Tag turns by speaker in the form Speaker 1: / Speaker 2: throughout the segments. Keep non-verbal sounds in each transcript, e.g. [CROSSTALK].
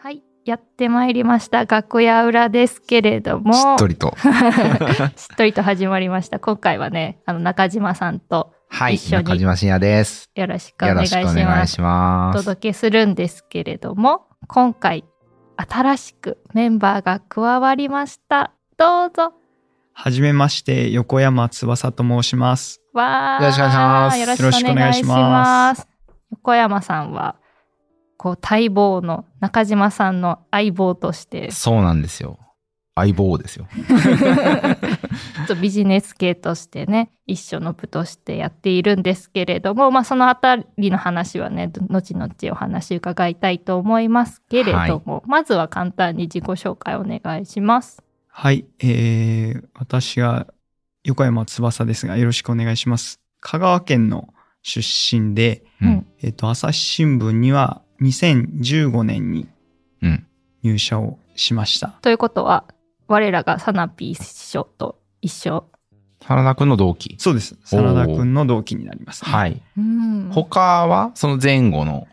Speaker 1: はい、やってまいりました楽屋裏ですけれども、
Speaker 2: しっと
Speaker 1: [LAUGHS]
Speaker 2: りと。
Speaker 1: しっとりと始まりました。今回はね、あの中島さんと
Speaker 2: はい、
Speaker 1: 一緒に
Speaker 2: 中島信也です。
Speaker 1: よろしくお
Speaker 2: よ
Speaker 1: 願
Speaker 2: ろ
Speaker 1: い
Speaker 2: し
Speaker 1: し
Speaker 2: くお
Speaker 1: ます。
Speaker 2: 願いし
Speaker 1: お
Speaker 2: ます。
Speaker 1: 届けするんですけれども、今回新しくメンバーが加わりました。どうぞ。
Speaker 3: はじめまして、横山翼と申します。
Speaker 1: わー
Speaker 2: よろしくお願いします
Speaker 1: よろしくお願いします。横山さんはこう待望の中島さんの相棒として
Speaker 2: そうなんですよ。相棒ですよ。
Speaker 1: ちょっとビジネス系としてね一緒の部としてやっているんですけれども、まあ、そのあたりの話はね後々お話伺いたいと思いますけれども、まずは簡単に自己紹介お願いします。
Speaker 3: はい、えー、私が横山翼ですが、よろしくお願いします。香川県の出身で、
Speaker 2: うん。
Speaker 3: えっ、と、朝日新聞には2015年に
Speaker 2: うん。
Speaker 3: 入社をしました。
Speaker 1: ということは我らがサナピー師匠と一緒。
Speaker 2: 原田くんの同期。
Speaker 3: そうです。真田くんの同期になります、。
Speaker 2: はいい。
Speaker 1: うん
Speaker 2: 他は、その前後の、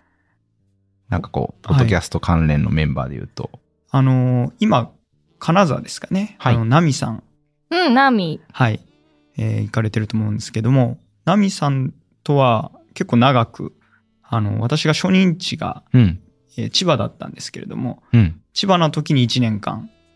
Speaker 2: なんかこう、ポ
Speaker 3: はい
Speaker 2: ッドキャスト関連のメンバーで言うと、
Speaker 3: あのー今、金沢ですかね。
Speaker 2: はい
Speaker 3: あの、ナミさん。
Speaker 1: うん、ナミ。
Speaker 3: はい。えー行かれてると思うんですけども、ナミさんとは結構長く、あの、私が初任地が
Speaker 2: うん。
Speaker 3: えー千葉だったんですけれども、
Speaker 2: うん。
Speaker 3: 千葉の時に1年間、えー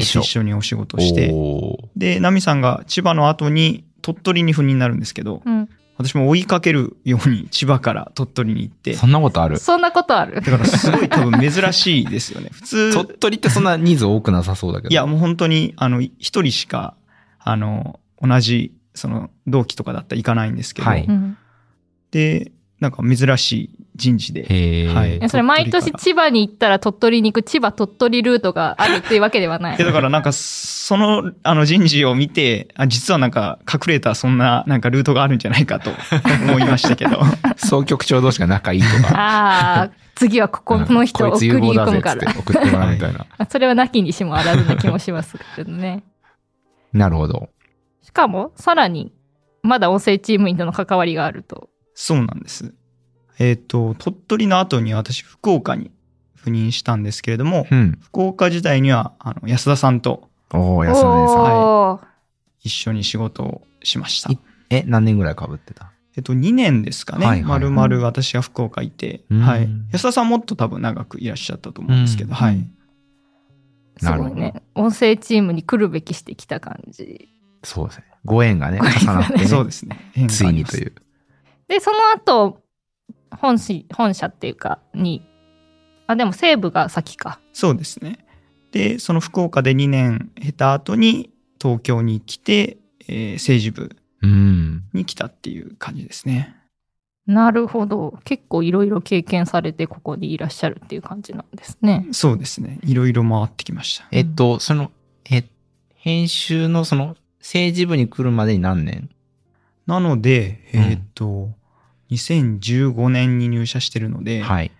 Speaker 2: 一緒
Speaker 3: 一緒にお仕事をして、
Speaker 2: おー
Speaker 3: で、ナミさんが千葉の後に鳥取に赴任になるんですけど
Speaker 1: う、ん。
Speaker 3: 私も追いかけるように千葉から鳥取に行って、
Speaker 2: そんなことある。
Speaker 1: そんなことある
Speaker 3: だからすごい多分珍しいですよね。普通、
Speaker 2: 鳥取ってそんな人数多くなさそうだけど。
Speaker 3: いや、もう本当に、あの、い一人しか、あの、同じ、その、同期とかだったら行かないんですけど、
Speaker 2: はい
Speaker 1: うん
Speaker 3: で、なんか珍しい人事で、
Speaker 2: へー
Speaker 3: はい
Speaker 1: いやそれ毎年千葉に行ったら鳥取に行く千葉鳥取ルートがあるっていうわけではない
Speaker 3: いや。だからなんか、その、あの人事を見て、あ、実はなんか、隠れたそんな、なんかルートがあるんじゃな
Speaker 2: [LAUGHS]
Speaker 3: いかと思いましたけど。
Speaker 2: 総局長同士が仲いいとか。
Speaker 1: ああ、次はここの人
Speaker 2: う
Speaker 1: を
Speaker 2: ん
Speaker 1: 送
Speaker 2: こいつ
Speaker 1: り
Speaker 2: 有望だ
Speaker 1: 込
Speaker 2: ぜ
Speaker 1: む
Speaker 2: っつ
Speaker 1: か
Speaker 2: って
Speaker 1: ら。
Speaker 2: 送ってもらうみたいな。
Speaker 1: それはなきにしもあらずな気もしますけどね。
Speaker 2: なるほど。
Speaker 1: [LAUGHS] しかも、さらに、まだ音声チーム員との関わりがあると。
Speaker 3: そうなんです。えっ、と、鳥取の後に私、福岡に赴任したんですけれども、
Speaker 2: うん。
Speaker 3: 福岡時代には、あの、安田さんと
Speaker 2: おお、
Speaker 1: お
Speaker 2: 安田姉さん。
Speaker 1: おー
Speaker 3: 一緒に仕事をしました
Speaker 2: い。え、何年ぐらい被ってた
Speaker 3: えっと、2年ですかね。
Speaker 2: はいはい
Speaker 3: 丸々私が福岡いて、
Speaker 2: うん
Speaker 3: はい。安田さんもっと多分長くいらっしゃったと思うんですけど、
Speaker 2: うん
Speaker 3: はい。
Speaker 1: すごい
Speaker 2: なる
Speaker 1: ね。音声チームに来るべきしてきた感じ。
Speaker 2: そうですね。ご縁がね、
Speaker 1: ご縁
Speaker 2: 重
Speaker 1: がね
Speaker 2: なって、ね、
Speaker 3: そうですね。変化
Speaker 2: つ
Speaker 3: あ
Speaker 2: い
Speaker 3: り
Speaker 2: に
Speaker 3: ま
Speaker 2: と
Speaker 3: す
Speaker 2: いう。
Speaker 1: で、その後、本市、本社っていうか、に、あ、でも西部が先か。
Speaker 3: そうですね。で、その福岡で2年経た後に東京に来て、えー政治部
Speaker 2: うん。
Speaker 3: に来たっていう感じですね。
Speaker 1: なるほど。結構いろいろ経験されて、ここにいらっしゃるっていう感じなんですね。
Speaker 3: そうですね。いろいろ回ってきました。
Speaker 2: えっと、その、え、編集のその、政治部に来るまでに何年
Speaker 3: なので、
Speaker 2: うん
Speaker 3: えーっと、2015年に入社してるので、
Speaker 2: はい。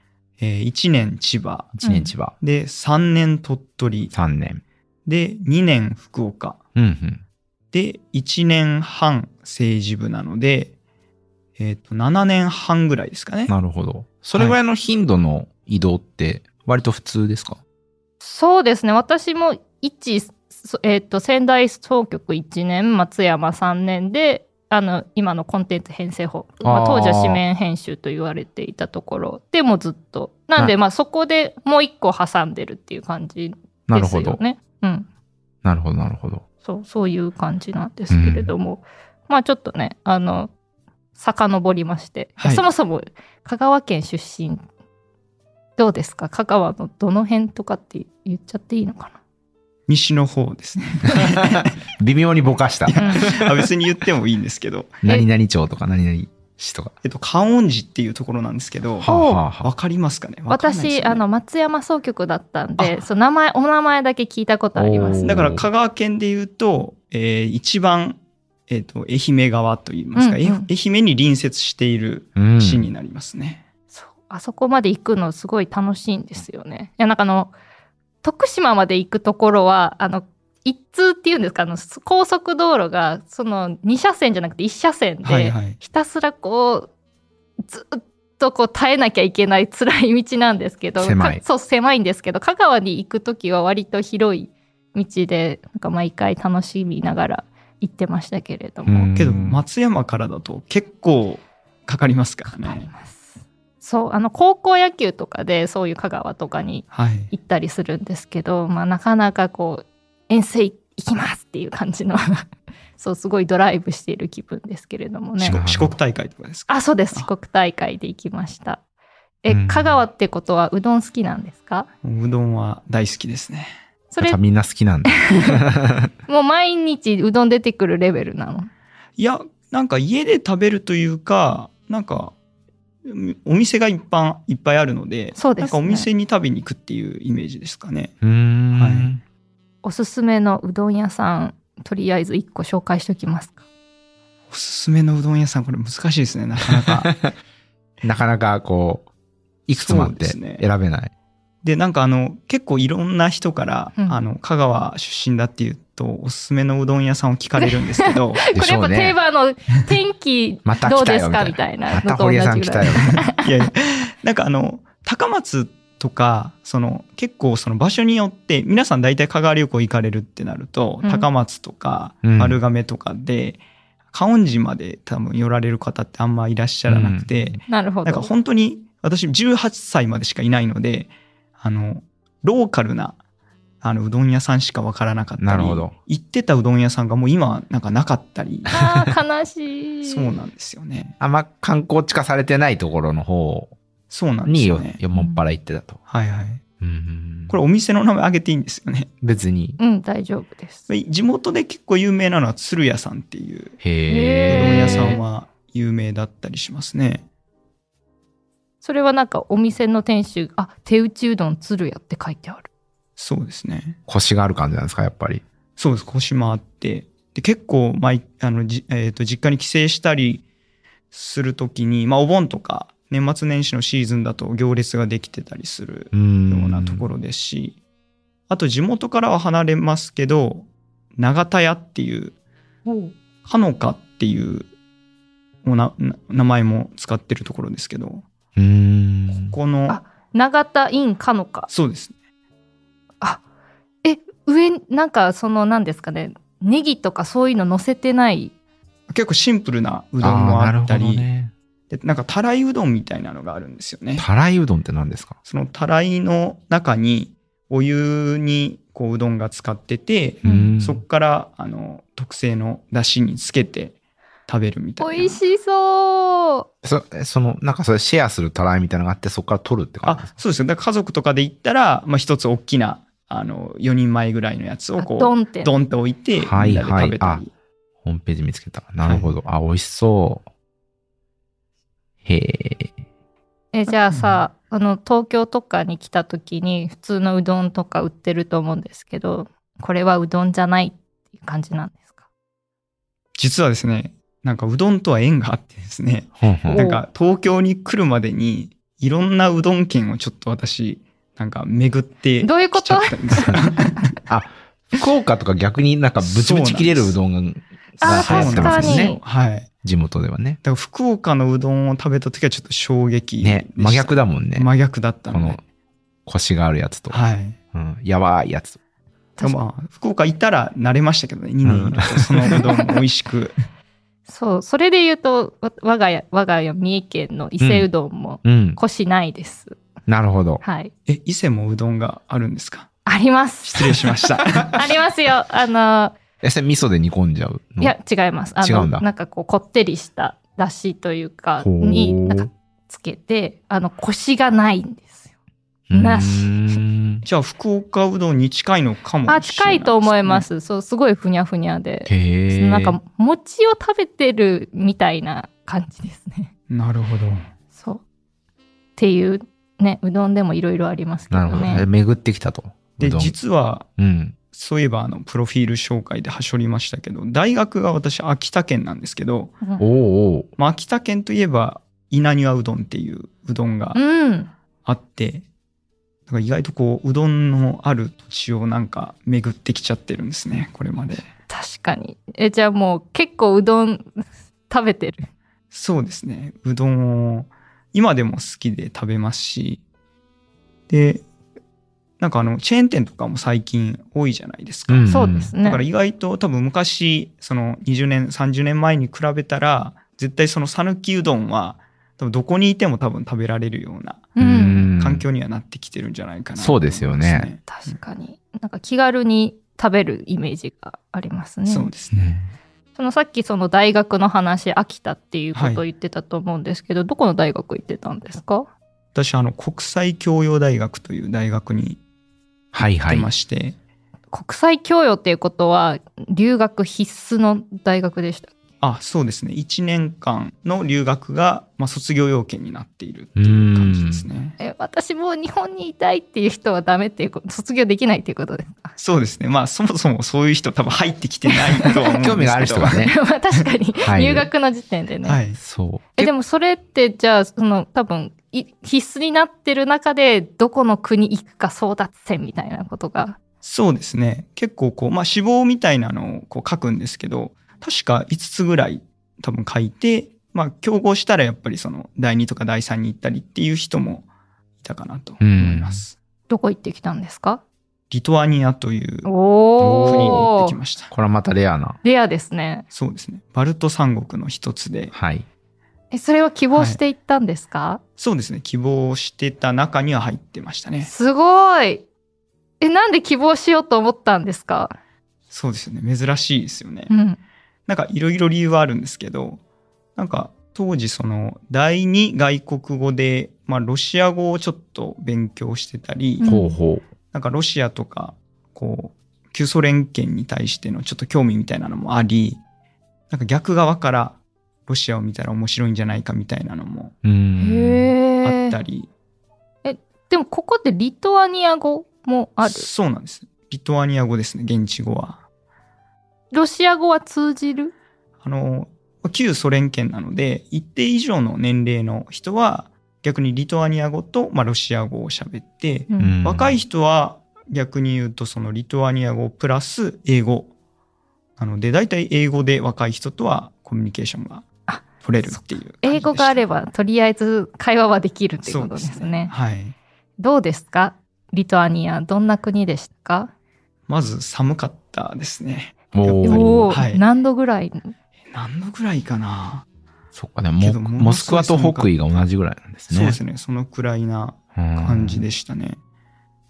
Speaker 3: え1年千葉、
Speaker 2: 1年千葉、
Speaker 3: で、3年鳥取、
Speaker 2: 3年。
Speaker 3: で、2年福岡、
Speaker 2: うんうん。
Speaker 3: で、1年半政治部なので、えーっと、7年半ぐらいですかね。
Speaker 2: なるほど。それぐらいの頻度の移動って、割と普通ですか、
Speaker 1: そうですね。私も一、そえっ、と、仙台総局1年、松山3年で、あの、今のコンテンツ編成法。ま
Speaker 2: あ
Speaker 1: あ、
Speaker 2: ー
Speaker 1: 当時は紙面編集と言われていたところでもずっと。なんで、まあ、そこでもう一個挟んでるっていう感じ
Speaker 2: な
Speaker 1: で
Speaker 2: る
Speaker 1: す
Speaker 2: ほ
Speaker 1: よ
Speaker 2: ど。
Speaker 1: ね。うん。
Speaker 2: なるほど、なるほど。
Speaker 1: そう、そういう感じなんですけれども。まあ、ちょっとね、あの、遡りまして、
Speaker 3: はい
Speaker 1: そもそも香川県出身、どうですか香川のどの辺とかって言っちゃっていいのかな
Speaker 3: 西の方ですね。 [LAUGHS]
Speaker 2: 微妙にぼかした。
Speaker 3: あ別に言ってもいいんですけど、
Speaker 2: 何々町とか何々市とか。
Speaker 3: えっと、観音寺っていうところなんですけど、
Speaker 2: はあ、はあは
Speaker 3: わかりますかねわかんないですよ
Speaker 1: 私
Speaker 3: ね
Speaker 1: あの松山総局だったんでそう名前お名前だけ聞いたことあります
Speaker 2: おー
Speaker 3: だから香川県で言うと、えー一番、えっと愛媛側といいますか、
Speaker 1: うんうん
Speaker 3: え愛媛に隣接している
Speaker 2: あ。うん。
Speaker 3: 市になりますね。
Speaker 1: そうあそこまで行くのすごい楽しいんですよねいやなんかあの徳島まで行くところはあの一通っていうんですかあの高速道路がその2車線じゃなくて1車線で、
Speaker 3: はいはい。
Speaker 1: ひたすらこうずっとこう耐えなきゃいけない辛い道なんですけど
Speaker 2: 狭い
Speaker 1: かそう狭いんですけど香川に行く時は割と広い道でなんか毎回楽しみながら行ってましたけれども、
Speaker 2: うん
Speaker 3: けど、松山からだと結構かかりますから
Speaker 1: あり
Speaker 3: ね。
Speaker 1: ますそうあの高校野球とかでそういう香川とかに
Speaker 3: はい。
Speaker 1: 行ったりするんですけど、まあ、なかなかこう遠征行きますっていう感じの [LAUGHS] そうすごいドライブしている気分ですけれどもね
Speaker 3: 四
Speaker 2: なるほ
Speaker 3: 国
Speaker 2: ど
Speaker 3: 四国大会とかですか
Speaker 1: あそうです
Speaker 3: あ
Speaker 1: 四国大会で行きましたえ
Speaker 2: うん
Speaker 1: 香川ってことはうどん好きなんですか
Speaker 3: うどんは大好きですね。
Speaker 1: そ
Speaker 2: やっ
Speaker 1: れ
Speaker 2: ぱみんな好き
Speaker 3: [LAUGHS]
Speaker 2: なんだ。
Speaker 1: もう毎日うどん出てくるレベルなの
Speaker 3: いや、なんか家で食べるというか、なんか、うんお店がいっぱいいっぱいあるので、
Speaker 1: そうですね
Speaker 3: なんかお店に食べに行くっていうイメージですかね。
Speaker 2: うーん。
Speaker 3: は
Speaker 1: おすすめのうどん屋さんとりあえず1個紹介しておきますか
Speaker 3: おすすめのうどん屋さん、これ難しいですね、なかな
Speaker 1: [LAUGHS]
Speaker 3: か。
Speaker 2: なかなかこう、いくつもあって
Speaker 3: そうですね
Speaker 2: 選べない。
Speaker 3: で、なんかあの、結構いろんな人から、
Speaker 1: うん
Speaker 3: あの、香川出身だっていうと、おすすめのうどん屋さんを聞かれるんですけ
Speaker 1: [LAUGHS]
Speaker 3: ど、
Speaker 1: こ
Speaker 3: [LAUGHS]
Speaker 1: れ
Speaker 2: でし
Speaker 1: や
Speaker 2: ょ
Speaker 1: っ
Speaker 2: う
Speaker 1: ぱ定
Speaker 2: ね。
Speaker 1: 番の天気
Speaker 2: また
Speaker 1: ど
Speaker 2: 来
Speaker 1: う
Speaker 2: た
Speaker 1: です
Speaker 2: よみ
Speaker 1: か
Speaker 2: た
Speaker 1: み
Speaker 2: いな。
Speaker 1: たいな
Speaker 2: ま
Speaker 1: の
Speaker 2: た
Speaker 1: と同
Speaker 2: 堀
Speaker 1: じ
Speaker 2: 江さん
Speaker 1: ぐ
Speaker 2: 来た
Speaker 1: らい
Speaker 2: よみたいな。
Speaker 3: いやいや、なんかあの、高松とか、その、結構その場所によって、皆さん大体香川旅行行かれるってなると、
Speaker 1: うん
Speaker 3: 高松とか、
Speaker 2: うん
Speaker 3: 丸亀とかで、観音寺まで多分寄られる方ってあんまいらっしゃらなくて、
Speaker 1: なるほ
Speaker 3: なんか
Speaker 1: ど、
Speaker 3: 本当に私18歳までしかいないので、あの、ローカルな、あの、うどん屋さんしかわからなかったり、
Speaker 2: なるほど。
Speaker 3: 行ってたうどん屋さんがもう今なんかなかったり
Speaker 1: あー悲しい
Speaker 3: [LAUGHS] そうなんですよね。
Speaker 2: あんま観光地化されてないところの方
Speaker 3: そうなんです
Speaker 2: に
Speaker 3: よ
Speaker 2: よ、
Speaker 3: ね。
Speaker 2: よもっぱら行ってたと。
Speaker 3: はいはい。
Speaker 2: うん
Speaker 3: これお店の名前あげていいんですよね。
Speaker 2: 別に。
Speaker 1: うん大丈夫です
Speaker 3: 地元で結構有名なのは鶴屋さんっていううど
Speaker 1: へー
Speaker 3: ん
Speaker 2: へえ。
Speaker 3: 屋さんは有名だったりしますね。
Speaker 1: それはなんかお店の店主あ手打ちうどん鶴屋って書いてある
Speaker 3: そうですね。
Speaker 2: 腰がある感じなんですか、やっぱり。
Speaker 3: そうです。腰もあって。で、結構、まあ、あの、じえっ、と、実家に帰省したりするときに、まあ、お盆とか、年末年始のシーズンだと行列ができてたりする
Speaker 2: うーん
Speaker 3: ようなところですし、あと地元からは離れますけど、長田屋っていう、かのかっていうおなな名前も使ってるところですけど、
Speaker 2: うーん。
Speaker 3: この
Speaker 1: あ、永田院かのか
Speaker 3: そうです。
Speaker 1: あえ上なんかその何ですかねネギとかそういうの乗せてない
Speaker 3: 結構シンプルなうどんもあった
Speaker 2: ーなるほ
Speaker 3: り、
Speaker 2: どね。
Speaker 3: でなんかたらいうどんみたいなのがあるんですよね。
Speaker 2: たらいうどんって何ですか
Speaker 3: そのたらいの中にお湯にこううどんが使ってて、
Speaker 1: うん
Speaker 2: うーん
Speaker 3: そこからあの特製の出汁につけて食べるみたいな。
Speaker 1: 美味しそう
Speaker 2: そその、なんかそれシェアするたらいみたいなのがあって、そこから取るって感じです
Speaker 3: あ、そうですよ。だから家族とかで行ったら、まあ一つ大きな、あの、4人前ぐらいのやつを
Speaker 1: あ
Speaker 3: こう、
Speaker 1: ドンって
Speaker 3: ドンって置いて、
Speaker 2: はい
Speaker 3: みんなで食べた
Speaker 2: はい
Speaker 3: り。
Speaker 2: ホームページ見つけた。なるほど。あ、美味しそう。へえ。
Speaker 1: えじゃあさ、あの東京とかに来た時に普通のうどんとか売ってると思うんですけどこれはうどんじゃないっていう感じなんですか
Speaker 3: 実はですね、なんかうどんとは縁があってですね、
Speaker 2: ほんほん
Speaker 1: お
Speaker 3: なんか東京に来るまでに、いろんなうどん県をちょっと私、なんか巡って
Speaker 1: どういうこ
Speaker 3: き
Speaker 1: と
Speaker 3: ちゃったんですよ。
Speaker 2: 福岡とか逆になんかブチブチ切れるうどんが
Speaker 1: [LAUGHS] あ
Speaker 2: 流行って
Speaker 1: 確か
Speaker 2: ますよ
Speaker 1: に
Speaker 2: ね。
Speaker 3: はい。だか
Speaker 2: 地元ではね。
Speaker 3: ら福岡のうどんを食べた時はちょっと衝撃でした
Speaker 2: ね、真逆だもんね。
Speaker 3: 真逆だった
Speaker 2: こ
Speaker 3: の
Speaker 2: の
Speaker 3: で。
Speaker 2: 腰があるやつと、
Speaker 3: はい。
Speaker 2: うん、やばいやつと。
Speaker 3: でもまあ、福岡行ったら慣れましたけどね、2年いると、そのうどんも美味しく。 [LAUGHS]
Speaker 1: そうそれで言うとわ我が家我が家三重県の伊勢うどんも
Speaker 2: うん、
Speaker 1: こしないです、
Speaker 2: なるほど。
Speaker 1: はい
Speaker 3: え、伊勢もうどんがあるんですか
Speaker 1: あり
Speaker 3: [LAUGHS]
Speaker 1: ます
Speaker 3: 失礼しまし
Speaker 1: [LAUGHS]
Speaker 3: た。
Speaker 1: ありますよあの
Speaker 2: え、それ味噌で煮込んじゃうの
Speaker 1: いや違いますあ
Speaker 2: 違
Speaker 1: の
Speaker 2: うんだ
Speaker 1: なんかこうこってりしただしというか
Speaker 2: ほう
Speaker 1: になんかつけてあのコシがないんですよなし
Speaker 2: うーん
Speaker 3: じゃあ、福岡うどんに近いのかもしれな
Speaker 1: あ
Speaker 3: いですね、
Speaker 1: 近いと思いますそうすごいふにゃふにゃで
Speaker 2: へえ。
Speaker 1: なんか餅を食べてるみたいな感じですね。
Speaker 3: なるほど。
Speaker 1: そう。っていうね、うどんでもいろいろありますけ
Speaker 2: な
Speaker 1: ど
Speaker 2: るほど。え
Speaker 1: ね。
Speaker 2: 巡ってきたと。
Speaker 3: で、
Speaker 2: うどん
Speaker 3: 実は、
Speaker 2: うん。
Speaker 3: そういえば、あの、プロフィール紹介ではしょりましたけど、大学が私、秋田県なんですけど、
Speaker 2: おうおう
Speaker 3: まあ、秋田県といえば、稲庭うどんっていううどんが
Speaker 1: うん。
Speaker 3: あって、だから意外とこう、うどんのある土地をなんか巡ってきちゃってるんですね、これまで。
Speaker 1: 確かに。え、じゃあもう結構うどん食べてる。
Speaker 3: そうですね。うどんを今でも好きで食べますし、で、なんかあの、チェーン店とかも最近多いじゃないですか。
Speaker 2: うん
Speaker 1: そうですね。
Speaker 3: だから意外と多分昔、その20年、30年前に比べたら、絶対その讃岐うどんは、多分どこにいても多分食べられるような
Speaker 1: うん、
Speaker 3: 環境にはなってきてるんじゃないかな、
Speaker 2: そうですよね。
Speaker 1: 確かに。なんか気軽に食べるイメージがありますね。
Speaker 3: そうです
Speaker 2: う
Speaker 3: ね。
Speaker 2: ん
Speaker 1: そのさっきその大学の話、秋田っていうことを言ってたと思うんですけど、どこの大学行ってたんですか
Speaker 3: 私、あの、国際教養大学という大学に
Speaker 2: はい
Speaker 3: 行っ
Speaker 2: は
Speaker 3: て
Speaker 2: い。
Speaker 3: まして、
Speaker 1: 国際教養っていうことは留学必須の大学でした。
Speaker 3: あ、そうですね。1年間の留学が、まあ、卒業要件になっているって
Speaker 2: う
Speaker 3: い
Speaker 2: ん
Speaker 3: う感じですね。
Speaker 1: え私もう日本にいたいっていう人はダメっていうこと、卒業できないっていうことですか [LAUGHS]
Speaker 3: そうですね。まあ、そもそもそういう人多分入ってきてないとは思うんですけど。
Speaker 2: [LAUGHS] 興味がある人がね。
Speaker 1: まあ確
Speaker 3: [LAUGHS]
Speaker 1: かに
Speaker 2: はい
Speaker 1: 入学の時点でね。
Speaker 3: はい。
Speaker 2: そう。
Speaker 1: えでもそれってじゃあその多分い必須になってる中でどこの国行くか争奪戦みたいなことが。
Speaker 3: そうですね。結構こう、まあ、志望みたいなのをこう書くんですけど、確か5つぐらい多分書いて、まあ、競合したらやっぱりその第2とか第3に行ったりっていう人もいたかなと思います。
Speaker 1: どこ行ってきたんですか
Speaker 3: リトアニアという国に
Speaker 1: おー
Speaker 3: 行ってきました。
Speaker 2: これはまたレアな。
Speaker 1: レアですね。
Speaker 3: そうですね。バルト三国の一つで、
Speaker 2: はい。
Speaker 1: え、それは希望して行ったんですか、
Speaker 3: そうですね。希望してた中には入ってましたね。
Speaker 1: すごいえ、なんで希望しようと思ったんですか
Speaker 3: そうですよね。珍しいですよね
Speaker 1: う。ん。
Speaker 3: なんかいろいろ理由はあるんですけど、なんか当時その第二外国語で、まあロシア語をちょっと勉強してたり、
Speaker 1: うん
Speaker 2: ほうほう。
Speaker 3: なんかロシアとか、こう、旧ソ連圏に対してのちょっと興味みたいなのもあり、なんか逆側からロシアを見たら面白いんじゃないかみたいなのも
Speaker 2: うん。
Speaker 1: へ
Speaker 3: あった
Speaker 1: え。
Speaker 3: り、
Speaker 1: でもここってリトアニア語もある。
Speaker 3: そうなんです。リトアニア語ですね、現地語は。
Speaker 1: ロシア語は通じる
Speaker 3: あの、旧ソ連圏なので、一定以上の年齢の人は、逆にリトアニア語と、まあ、ロシア語を喋って、
Speaker 1: う。
Speaker 2: うんん
Speaker 3: 若い人は逆に言うと、そのリトアニア語プラス英語。なので、大体英語で若い人とはコミュニケーションが
Speaker 1: あ
Speaker 3: 取れるっていう
Speaker 1: 英語があれば
Speaker 3: ば
Speaker 1: とりあえず会話はできるっていうことですね。
Speaker 3: はい。
Speaker 1: どうですかリトアニア、どんな国でしたか
Speaker 3: まず寒かったですね。
Speaker 2: も
Speaker 3: お
Speaker 2: う
Speaker 3: ー
Speaker 1: おお、
Speaker 3: はい
Speaker 1: 何度ぐらい
Speaker 3: 何度ぐらいかな、
Speaker 2: そっか、でもモ
Speaker 3: けどものすごい
Speaker 2: モスクワと北緯が同じぐらいなんですね。
Speaker 3: そうですね。そのくらいな
Speaker 2: うん
Speaker 3: 感じでしたね。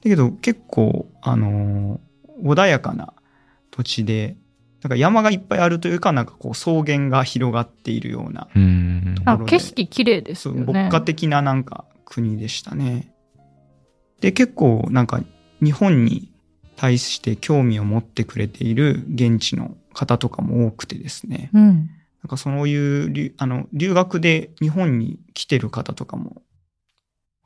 Speaker 3: だけど結構、あのー穏やかな土地で、なんか山がいっぱいあるというか、なんかこう草原が広がっているような、
Speaker 2: うん。
Speaker 1: あ、
Speaker 3: ところで
Speaker 1: 景色綺麗です
Speaker 3: そ
Speaker 1: よ
Speaker 3: う、牧
Speaker 1: ね。
Speaker 3: 歌的ななんか国でしたね。で、結構なんか日本に対して興味を持ってくれている現地の方とかも多くてですね。
Speaker 1: うん。
Speaker 3: なんかそういう留、あの、留学で日本に来てる方とかも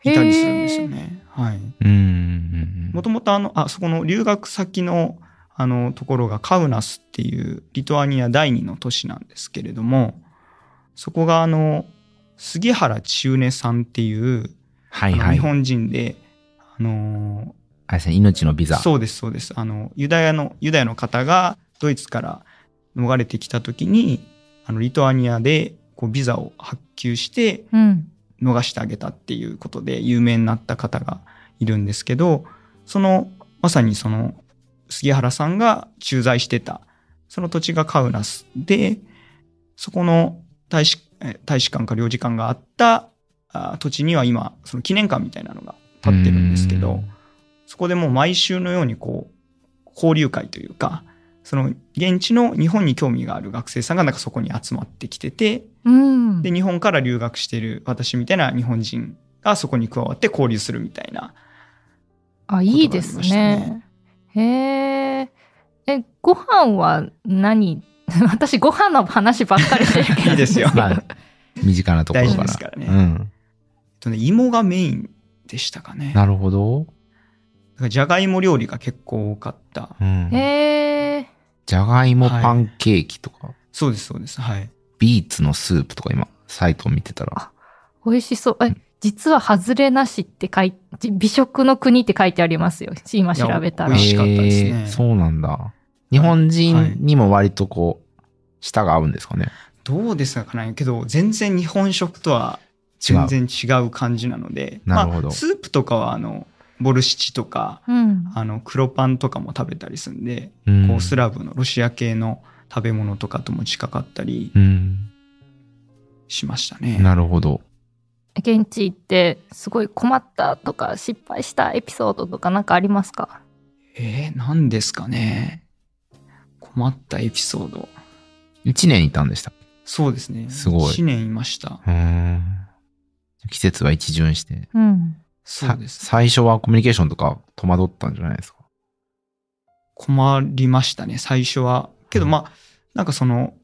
Speaker 3: いたりするんですよね。はい。
Speaker 2: うん。
Speaker 3: もともとあの、あ、そこの留学先の、あの、ところがカウナスっていうリトアニア第二の都市なんですけれども、そこがあの、杉原千畝さんっていう、
Speaker 2: はい
Speaker 3: あの
Speaker 2: は
Speaker 3: 日
Speaker 2: い。あ
Speaker 3: 本人で、あの
Speaker 2: れですね、命のビザ。
Speaker 3: そうです、そうです。あの、ユダヤの、ユダヤの方がドイツから逃れてきた時に、あの、リトアニアで、こう、ビザを発給して、
Speaker 1: うん。
Speaker 3: 逃してあげたっていうことで有名になった方がいるんですけど、その、まさにその、杉原さんが駐在してた、その土地がカウナスで、そこの大使え大使館か領事館があったあ土地には今、その記念館みたいなのが建ってるんですけ
Speaker 2: う
Speaker 3: ど
Speaker 2: ん、
Speaker 3: そこでもう毎週のようにこう、交流会というか、その現地の日本に興味がある学生さんがなんかそこに集まってきてて、
Speaker 1: うん。
Speaker 3: で、日本から留学してる私みたいな日本人がそこに加わって交流するみたいな。
Speaker 1: あ、いいですね。へえ。え、ご飯は何 [LAUGHS] 私、ご飯の話ばっかりしてるけど。
Speaker 3: いいです [LAUGHS] よ
Speaker 2: まあ、身近なところ
Speaker 3: 大事
Speaker 2: か
Speaker 3: ですから
Speaker 2: ら。
Speaker 3: ね
Speaker 2: うん。
Speaker 3: えっとね、芋がメインでしたかね。だ
Speaker 2: なるほど。
Speaker 3: からじゃがいも料理が結構多かった。
Speaker 2: うん。
Speaker 1: へえ。
Speaker 2: じゃがいもパンケーキとか、
Speaker 3: そうです、そうです。はい。
Speaker 2: ビーツのスープとか今、サイトを見てたら。
Speaker 1: 美味しそう。え、実は外れなしって書いじ美食の国って書いてありますよ。今調べた
Speaker 3: 美
Speaker 1: ら
Speaker 3: 味。しかったですね
Speaker 2: へーそうなんだ。日本人にも割とこう、舌が合うんですかね。
Speaker 3: どうですかねけど、全然日本食とは
Speaker 2: 違う
Speaker 3: 全然違う感じなので、
Speaker 2: なるほど
Speaker 3: まあ、スープとかはあのボルシチとか
Speaker 1: うん。
Speaker 3: あの黒パンとかも食べたりするんで、
Speaker 2: うん
Speaker 3: こうスラブのロシア系の食べ物とかとも近かったり
Speaker 2: うん。
Speaker 3: しましたね。
Speaker 2: なるほど。
Speaker 1: 現地行ってすごい困ったとか失敗したエピソードとかなんかありますか
Speaker 3: えー、何ですかね困ったエピソード。
Speaker 2: 1年いたんでした。
Speaker 3: そうですね。
Speaker 2: すごい
Speaker 3: 1年いました。
Speaker 2: うーん。季節は一巡して。
Speaker 1: うん。
Speaker 3: そうです。
Speaker 2: さ最初はコミュニケーションとか戸惑ったんじゃないですか。
Speaker 3: 困りましたね、最初は。けど、まあ、なんかその、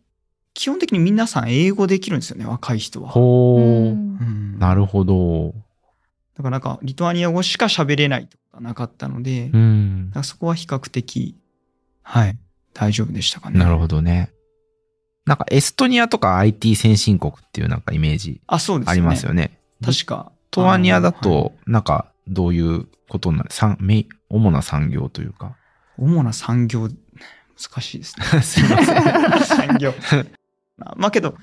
Speaker 3: 基本的に皆さん英語できるんですよね、若い人は。
Speaker 2: ほ
Speaker 1: う
Speaker 2: ー。
Speaker 1: ん
Speaker 3: うん
Speaker 2: なるほど。
Speaker 3: だからなんか、リトアニア語しか喋れないとかなかったので、
Speaker 2: う
Speaker 3: だ
Speaker 2: ん
Speaker 3: か。らそこは比較的、はい、大丈夫でしたかね。
Speaker 2: なるほ
Speaker 3: ど。
Speaker 2: どね。なんかエストニアとか IT 先進国っていうなんかイメージ
Speaker 3: あ、そうですね。
Speaker 2: ありますよね。
Speaker 3: 確か。
Speaker 2: リトアニアだ
Speaker 3: あのはい
Speaker 2: と、なんかどういうことになる、三メイン主な産業というか。
Speaker 3: 主な産業、難しい [LAUGHS] ですね。
Speaker 2: すいません。
Speaker 3: 産業。
Speaker 1: [LAUGHS]
Speaker 3: [LAUGHS] まあけど、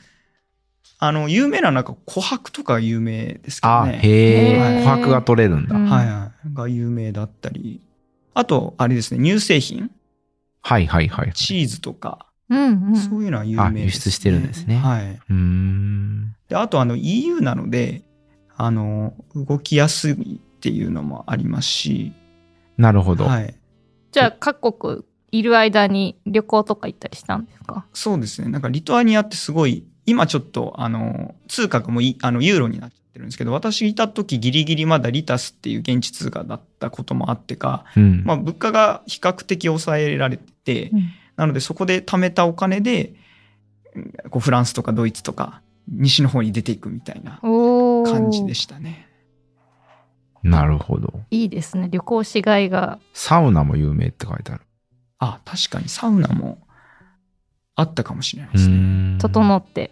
Speaker 3: あの、有名ななんか琥珀とか有名ですけど
Speaker 2: あ、へ
Speaker 3: ね。
Speaker 1: へー
Speaker 2: え。琥珀が取れるんだ。
Speaker 1: うん
Speaker 3: はいはい。が有名だったり。あと、あれですね、乳製品、
Speaker 2: はいはいはいはい。
Speaker 3: チーズとか、
Speaker 1: うんうん。
Speaker 3: そういうのは有
Speaker 2: あ
Speaker 3: 名です、ね。
Speaker 2: 輸出してるんですね
Speaker 3: はい。
Speaker 2: うーん。
Speaker 3: で、あと、あの、EU なので、あの、動きやすいっていうのもありますし、
Speaker 2: なるほど。
Speaker 3: はい。
Speaker 1: じゃあ各国いる間に旅行とか行ったりしたんですか
Speaker 3: そうですね。なんかリトアニアってすごい、今ちょっと、あの、通貨がもういあの、ユーロになっちゃってるんですけど、私いた時ギリギリまだリタスっていう現地通貨だったこともあってか、
Speaker 2: うん。
Speaker 3: まあ物価が比較的抑えられてて、なのでそこで貯めたお金で、うんこうフランスとかドイツとか、西の方に出ていくみたいな
Speaker 1: おお。
Speaker 3: 感じでしたね。
Speaker 2: なるほど。
Speaker 1: いいですね。旅行しがいが。
Speaker 2: サウナも有名って書いてある。
Speaker 3: あ、確かにサウナもあったかもしれないで
Speaker 2: う
Speaker 3: すね。
Speaker 2: ーん
Speaker 1: 整って。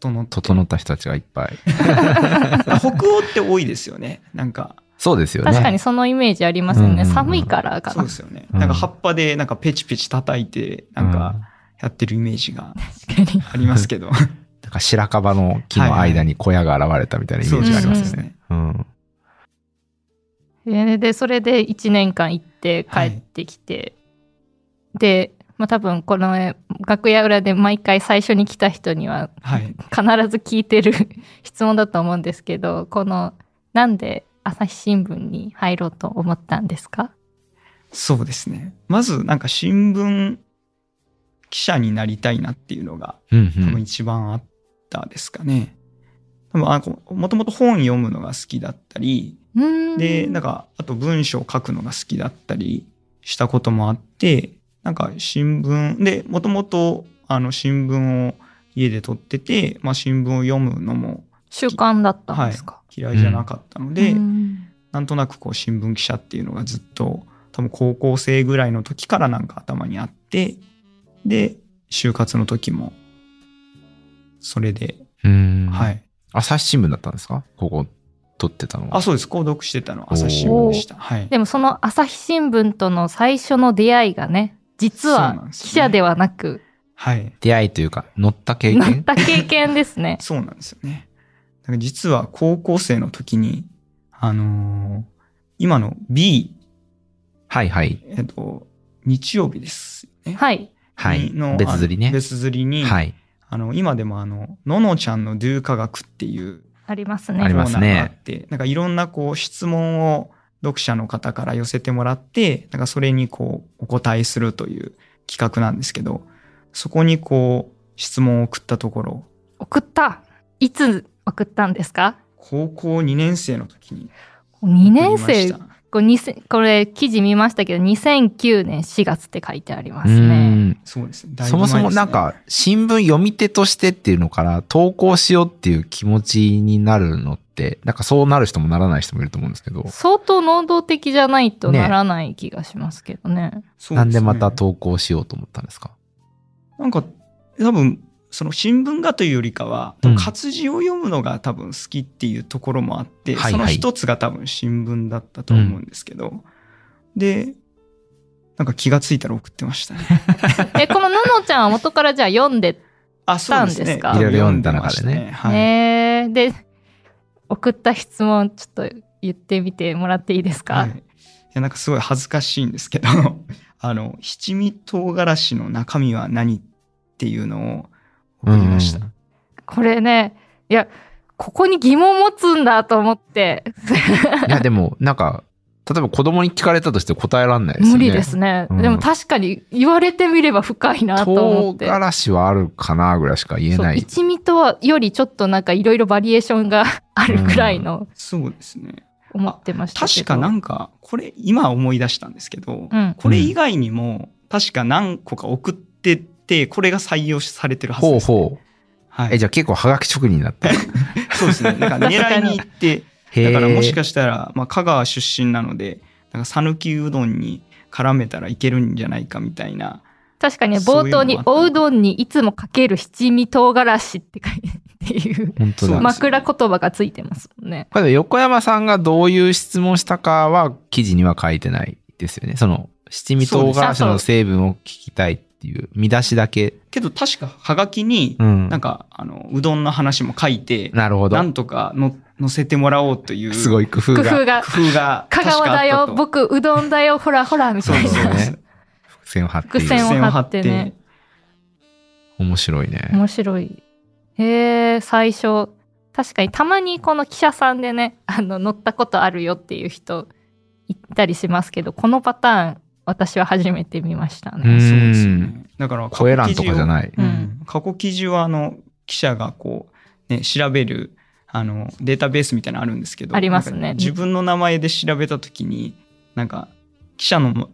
Speaker 3: 整っ
Speaker 2: 整った人たちがいっぱい。 [LAUGHS]
Speaker 3: た [LAUGHS] 北欧って多いですよね。なんか、
Speaker 2: そうですよね。
Speaker 1: 確かにそのイメージありますよ
Speaker 2: うんうん
Speaker 1: ね。
Speaker 2: うん
Speaker 1: 寒いからか
Speaker 3: そう
Speaker 1: な
Speaker 3: で。すよね。
Speaker 2: うん
Speaker 3: なんか葉っぱでなんかペチペチ叩いて、なんかやってるイメージが
Speaker 1: 確かに。
Speaker 3: ありま
Speaker 2: [LAUGHS]
Speaker 3: すけど。
Speaker 2: うん、なんか白樺の木の間に小屋が現れたみたいなイメージがありますよ
Speaker 3: そうです
Speaker 2: ね
Speaker 3: ね。
Speaker 2: うん。
Speaker 1: ででそれで1年間行って帰ってきて、で、まあ、多分このえ楽屋裏で毎回最初に来た人には
Speaker 3: はい。
Speaker 1: 必ず聞いてる [LAUGHS] 質問だと思うんですけどこのなんで朝日新聞に入ろうと思ったんですか
Speaker 3: そうですね。まずなんか新聞記者になりたいなっていうのが
Speaker 2: うんう
Speaker 3: 多分
Speaker 2: ん。
Speaker 3: 一番あったですかね。多分あこうもともと本読むのが好きだったり、で、なん
Speaker 1: か
Speaker 3: かあと文章を書くのが好きだったりしたこともあって、なんか新聞で、もともとあの新聞を家で撮ってて、まあ新聞を読むのも
Speaker 1: 習慣だったんですか、
Speaker 3: 嫌いじゃなかったので、
Speaker 1: うん
Speaker 3: なんとなくこう新聞記者っていうのがずっと多分高校生ぐらいの時からなんか頭にあってで就活の時もそれで、
Speaker 2: うん。。
Speaker 3: はいい
Speaker 2: 朝日新聞だったんですかここ撮ってたのは。
Speaker 3: あそうです購読してたの朝日新聞でしたはい
Speaker 1: でもその朝日新聞との最初の出会いがね実
Speaker 3: そうなん
Speaker 1: は
Speaker 3: ですよ
Speaker 1: 記
Speaker 3: ね
Speaker 1: 者ではなく
Speaker 3: はい。
Speaker 2: 出会いというか、乗った経
Speaker 1: なっ
Speaker 2: 験
Speaker 1: た経験ですね
Speaker 3: [LAUGHS] そうなんですよねだから実は高校生の時にあのー今の B
Speaker 2: はいはい。
Speaker 3: えっと日曜日ですね
Speaker 1: はい。
Speaker 2: はい
Speaker 3: の。
Speaker 2: 別釣り
Speaker 3: あ
Speaker 2: ね。
Speaker 3: の別釣りに、
Speaker 2: はい。
Speaker 3: あの今でもあのののちゃんの「ドゥ科学」っていう
Speaker 1: あります
Speaker 2: あ
Speaker 1: ね。
Speaker 2: りますね
Speaker 3: コーナーがあってなんかいろんなこう質問を読者の方から寄せてもらって、なんかそれにこうお答えするという企画なんですけど、そこにこう質問を送ったところ、
Speaker 1: 送ったいつ送ったんですか
Speaker 3: 高校2年生の時に
Speaker 1: 2
Speaker 3: 送りま
Speaker 1: 年
Speaker 3: し
Speaker 1: 生
Speaker 3: た。
Speaker 1: これ2000これ記事見ましたけど2009年4月って書いてありま
Speaker 2: う
Speaker 1: すね。
Speaker 2: ん。
Speaker 3: そうですね。だい
Speaker 2: そも
Speaker 3: ぶ前です
Speaker 2: そ
Speaker 3: ね
Speaker 2: もなん、か、新聞読み手としてっていうのから、投稿しようっていう気持ちになるのって、なんかそうなる人もならない人もいると思うんですけど、
Speaker 1: 相当能動的じゃないとならない気がしますけどね。
Speaker 3: そう
Speaker 2: なんでまた
Speaker 3: すね
Speaker 2: 投稿しようと思ったんですか [LAUGHS]
Speaker 3: なんか多分その新聞がというよりかは
Speaker 2: うん
Speaker 3: 活字を読むのが多分好きっていうところもあって、
Speaker 2: はいはい
Speaker 3: その一つが多分新聞だったと思うんですけど、でなんか気がついたら送ってまし
Speaker 2: [LAUGHS]
Speaker 3: たね。
Speaker 1: えこのののちゃんは元からじゃあ読んで、
Speaker 3: あそうです
Speaker 1: たんで
Speaker 3: ね
Speaker 1: すか
Speaker 3: 多分
Speaker 2: いろいろ読んだ中でね
Speaker 3: 読んましたはい
Speaker 1: ねで送った質問ちょっと言ってみてもらっていいですか、
Speaker 3: はい、いやなんかすごい恥ずかしいんですけど [LAUGHS] あの七味唐辛子の中身は何っていうのを送りました、
Speaker 2: うん
Speaker 1: これねいやここに疑問持つんだと思って
Speaker 2: いや、でも、なんか、例えば子供に聞かれたとして答えらんないですよね。
Speaker 1: 無理ですね、
Speaker 2: うん
Speaker 1: でも確かに言われてみれば深いなと思
Speaker 2: 唐
Speaker 1: って
Speaker 2: 辛子はあるかなぐらいしか言え
Speaker 1: そう
Speaker 2: ない。
Speaker 1: 一味とはよりちょっとなんかいろいろバリエーションがあるくらいの
Speaker 3: そうですね
Speaker 1: 思ってましたけ
Speaker 3: 確
Speaker 1: ど、
Speaker 3: かなんかこれ今思い出したんですけど、
Speaker 1: うん
Speaker 3: これ以外にも確か何個か送っててこれが採用されてるはず
Speaker 2: ほう
Speaker 3: です、
Speaker 2: ほう。
Speaker 3: はい
Speaker 2: え、じゃあ結構ハガキ職人だった。
Speaker 3: そうですね [LAUGHS] なんか狙いに行って
Speaker 2: へ
Speaker 3: [LAUGHS] だからも
Speaker 2: [LAUGHS]
Speaker 3: し
Speaker 2: え。
Speaker 3: かしたら、まあ、香川出身なのでなんか讃岐うどんに絡めたらいけるんじゃないかみたいな
Speaker 1: 確かに
Speaker 3: そうい
Speaker 1: 冒
Speaker 3: うのも
Speaker 1: 頭に「
Speaker 3: あった
Speaker 1: おうどんにいつもかける七味唐辛子」って書いてっていう
Speaker 2: 本当
Speaker 3: そ
Speaker 2: だ。
Speaker 3: うま
Speaker 1: 枕言葉がついてますもんね。
Speaker 2: これ横山さんがどういう質問したかは記事には書いてないですよね。その七味唐辛子の成分を聞きたいっていう見出しだけ。
Speaker 3: けど確かはがきに、
Speaker 2: うん。
Speaker 3: なんかあのうどんの話も書いて
Speaker 2: なるほど
Speaker 3: な。んとかの載せてもらおうという
Speaker 2: す
Speaker 3: 工
Speaker 2: ごい工夫
Speaker 1: 工
Speaker 2: が。
Speaker 1: 夫が
Speaker 3: 夫が
Speaker 1: 香
Speaker 3: 確か
Speaker 1: 川だ
Speaker 3: あった
Speaker 1: よ
Speaker 3: と
Speaker 1: 僕うどんだよほらほらみ
Speaker 3: そ
Speaker 1: た
Speaker 3: う
Speaker 1: い
Speaker 3: で
Speaker 1: な
Speaker 3: すそうです
Speaker 2: 伏
Speaker 3: [LAUGHS]
Speaker 2: 線を張って
Speaker 1: 伏
Speaker 2: いる
Speaker 1: 線。
Speaker 3: 線を
Speaker 1: 線
Speaker 3: 張っ
Speaker 1: を張ってね
Speaker 3: て
Speaker 2: 面白いね。
Speaker 1: 面白いへえ最初確かにたまにこの記者さんでね [LAUGHS] あの乗ったことあるよっていう人いたりしますけどこのパターン私は初めて見ました
Speaker 2: う
Speaker 1: ね
Speaker 2: ん
Speaker 3: そうですよねだから過去記事
Speaker 2: 声
Speaker 3: を
Speaker 2: 欄とかじゃない。
Speaker 3: うん過去記事はあの記者がこう、ね、調べるあのデータベースみたいなのあるんですけど
Speaker 1: ありますね
Speaker 3: なんか自分の名前で調べた時になんか記者の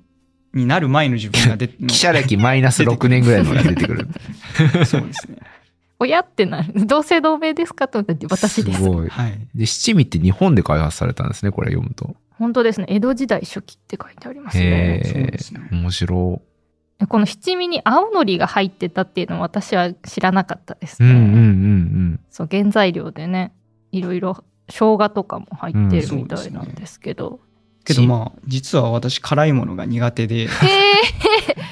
Speaker 3: になる前の自分が出 [LAUGHS]
Speaker 2: 記者歴マイナス6年ぐらいのが出てくる。
Speaker 3: のそうですね
Speaker 1: 親ってなる同姓同名ですかと思って [LAUGHS] 私です
Speaker 2: すごい。
Speaker 3: はい
Speaker 2: で、七味って日本で開発されたんですね、これ読むと。
Speaker 1: 本当ですね江戸時代初期って書いてありますね
Speaker 2: へー
Speaker 3: そうですね
Speaker 2: 面白
Speaker 1: この七味に青のりが入ってたっていうのは私は知らなかったです
Speaker 2: い。う
Speaker 1: ね、
Speaker 2: んうんうん
Speaker 1: そう原材料でねいろいろ生姜とかも入ってる
Speaker 3: うん
Speaker 1: みたいなんですけど、
Speaker 3: けどまあ実は私辛いものが苦手 [LAUGHS] で
Speaker 1: え
Speaker 2: うん。
Speaker 1: ー、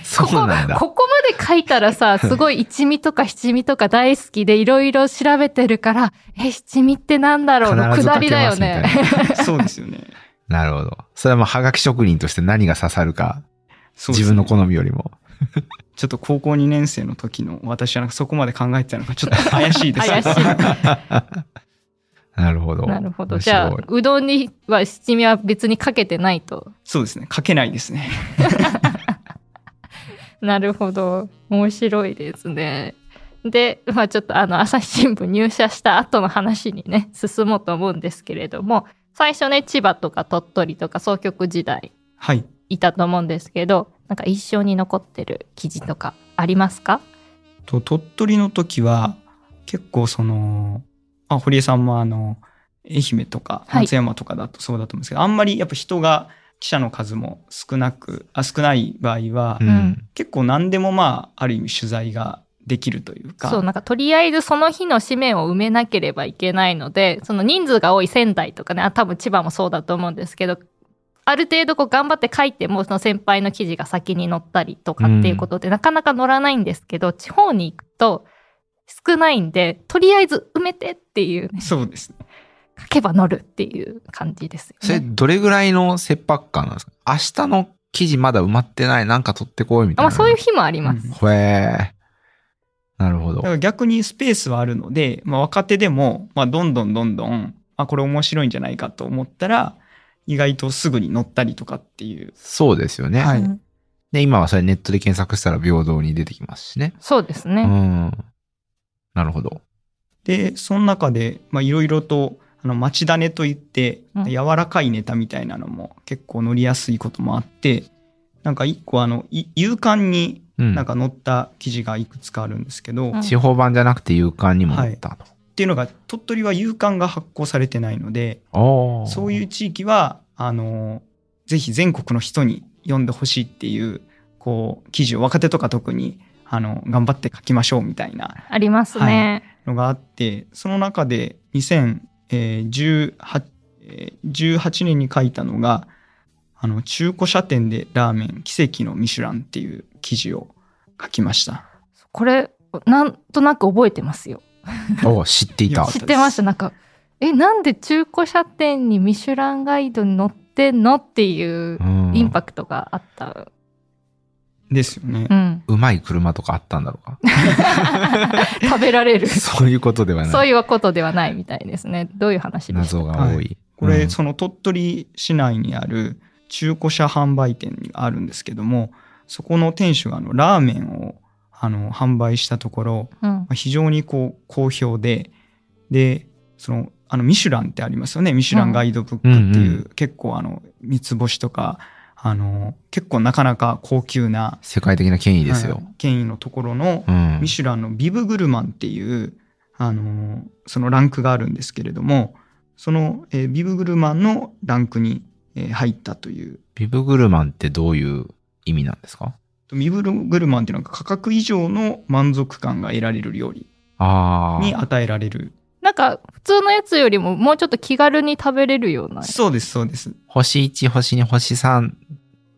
Speaker 2: そ
Speaker 1: ここ
Speaker 2: うなんだ。
Speaker 1: ここまで書いたら
Speaker 2: [LAUGHS]
Speaker 1: さすごい一味とか七味とか大好きでいろいろ調べてるから [LAUGHS] え七味ってなんだろうの
Speaker 2: 必ず
Speaker 1: 下
Speaker 2: 書
Speaker 1: り
Speaker 2: け
Speaker 1: だ
Speaker 2: ま
Speaker 1: よ
Speaker 2: すみたいな
Speaker 1: ね
Speaker 3: そうですよね
Speaker 2: [LAUGHS] なるほど。それはもうハガキ職人として何が刺さるか、
Speaker 3: そうです
Speaker 2: 自
Speaker 3: ね
Speaker 2: 分の好みよりも。
Speaker 3: ちょっと高校2年生の時の私はなんかそこまで考えてたのがちょっと [LAUGHS] 怪しいです
Speaker 1: 怪しい
Speaker 2: なるほど。
Speaker 1: [LAUGHS] なるほど
Speaker 2: 面
Speaker 1: じ
Speaker 2: 白
Speaker 1: ゃあ
Speaker 2: いう
Speaker 1: どんには七味は別にかけてないと
Speaker 3: そうですね書けないですね
Speaker 1: なるほど面白いですねで、まあ、ちょっとあの朝日新聞入社した後の話にね進もうと思うんですけれども最初ね千葉とか鳥取とか総局時代
Speaker 3: はい
Speaker 1: いたと思うんですけどなんか一生に残ってる記事とかありますか
Speaker 3: と鳥取の時は結構その、まあ、堀江さんもあの愛媛とか
Speaker 1: はい
Speaker 3: 松山とかだとそうだと思うんですけど、あんまりやっぱ人が記者の数も少なくあ少ない場合は、
Speaker 2: ん。
Speaker 3: 結構何でもまあある意味取材ができるというか
Speaker 1: そうなんかとりあえずその日の紙面を埋めなければいけないのでその人数が多い仙台とかねあ多分千葉もそうだと思うんですけどある程度こう頑張って書いてもその先輩の記事が先に載ったりとかっていうことで、なかなか載らないんですけど地方に行くと少ないんでとりあえず埋めてっていうね
Speaker 3: そうですね
Speaker 1: 書けば載るっていう感じです
Speaker 2: そ
Speaker 1: よ
Speaker 2: れ、
Speaker 1: ね。
Speaker 2: どれぐらいの切迫感なんですか明日の記事まだ埋まってない、なんか取ってこいみ
Speaker 1: あ
Speaker 2: た
Speaker 1: ま
Speaker 2: い
Speaker 1: あ、
Speaker 2: な。
Speaker 1: そういう日もあります。
Speaker 3: うん
Speaker 2: へえ。なるほど
Speaker 3: だか。ら逆にスペースはあるので、まあ、若手でも、まあ、どんどんどんどん、あ、これ面白いんじゃないかと思ったら、意外とすぐに乗ったりとかっていう。
Speaker 2: そうですよね。
Speaker 3: はい
Speaker 1: うん
Speaker 2: で、今はそれネットで検索したら平等に出てきますしね。
Speaker 1: そうですね、
Speaker 2: うん。なるほど。
Speaker 3: で、その中で、まあ、いろいろと、あの、町種といって
Speaker 1: うん、
Speaker 3: 柔らかいネタみたいなのも結構乗りやすいこともあって、なんか一個あの、い勇敢に
Speaker 2: うん。
Speaker 3: なんか乗った記事がいくつかあるんですけど、
Speaker 1: うん
Speaker 3: っ
Speaker 2: 地方版じゃなくて勇敢にもなったと。
Speaker 3: ていうのが、鳥取は勇敢が発行されてないので、
Speaker 2: おー
Speaker 3: そういう地域は、あの、ぜひ全国の人に読んでほしいっていう、こう、記事を若手とか特に、あの、頑張って書きましょうみたいな
Speaker 1: ありますね。
Speaker 3: のがあって、その中で2018 18年に書いたのが、あの、中古車店でラーメン奇跡のミシュランっていう記事を書きました。
Speaker 1: これなんとなく覚えてますよ。
Speaker 2: おー知っていた
Speaker 3: よ。
Speaker 1: 知ってましたなんかえ、なんで中古車店にミシュランガイドに載ってんのっていう
Speaker 2: うん
Speaker 1: インパクトがあった。
Speaker 3: ですよね
Speaker 1: う。ん。
Speaker 2: うまい車とかあったんだろう
Speaker 1: [LAUGHS]
Speaker 2: か
Speaker 1: 食べられる。
Speaker 2: [LAUGHS] そういうことではない。
Speaker 1: そういうことではないみたいですね。どういう話ですか
Speaker 2: 謎が多い。
Speaker 3: これ、
Speaker 2: うん
Speaker 3: その鳥取市内にある中古車販売店があるんですけども、そこの店主があのラーメンをあの販売したところ、
Speaker 1: うん
Speaker 3: まあ。非常にこう好評で、で、その、あの、ミシュランってありますよね。ミシュランガイドブックっていう、
Speaker 2: うんうん
Speaker 3: 結構あの、三つ星とか、あの、結構なかなか高級な、
Speaker 2: 世界的な権威ですよ。
Speaker 3: うん権威のところの、
Speaker 2: うん。
Speaker 3: ミシュランのビブグルマンっていう、あのーそのランクがあるんですけれども、その、えービブグルマンのランクに、えー入ったという。
Speaker 2: ビブグルマンってどういう意味なんですか
Speaker 3: ビブグルマンっていうのが価格以上の満足感が得られる料理
Speaker 2: あ
Speaker 3: に
Speaker 2: あ。
Speaker 3: 与えられる。
Speaker 1: なんか、普通のやつよりももうちょっと気軽に食べれるような。
Speaker 3: そうです、そうです。
Speaker 2: 星1、星2、星3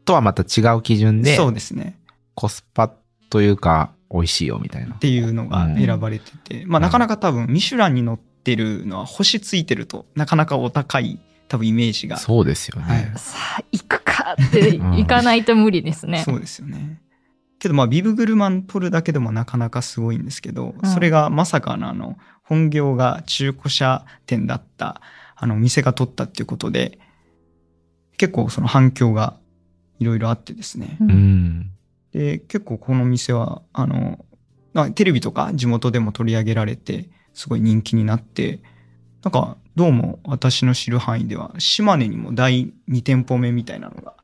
Speaker 2: とはまた違う基準で、
Speaker 3: そうですね。
Speaker 2: コスパというか、美味しいよみたいな
Speaker 3: っ。ていうのが選ばれてて、まあ
Speaker 2: うん
Speaker 3: なかなか多分ミシュランに乗ってるのは星ついてるとなかなかお高い多分イメージが。
Speaker 2: そうですよね。
Speaker 1: さあ、行くかって、
Speaker 2: うん
Speaker 1: 行かないと無理ですね。
Speaker 3: そうですよね。けどまあビブグルマン取るだけでもなかなかすごいんですけど、
Speaker 1: うん
Speaker 3: それがまさかのあの本業が中古車店だったあのお店が取ったっていうことで結構その反響がいろいろあってですね
Speaker 1: う。
Speaker 2: うんん。
Speaker 3: で結構この店はあのまあテレビとか地元でも取り上げられてすごい人気になってなんかどうも私の知る範囲では島根にも第2店舗目みたいなのが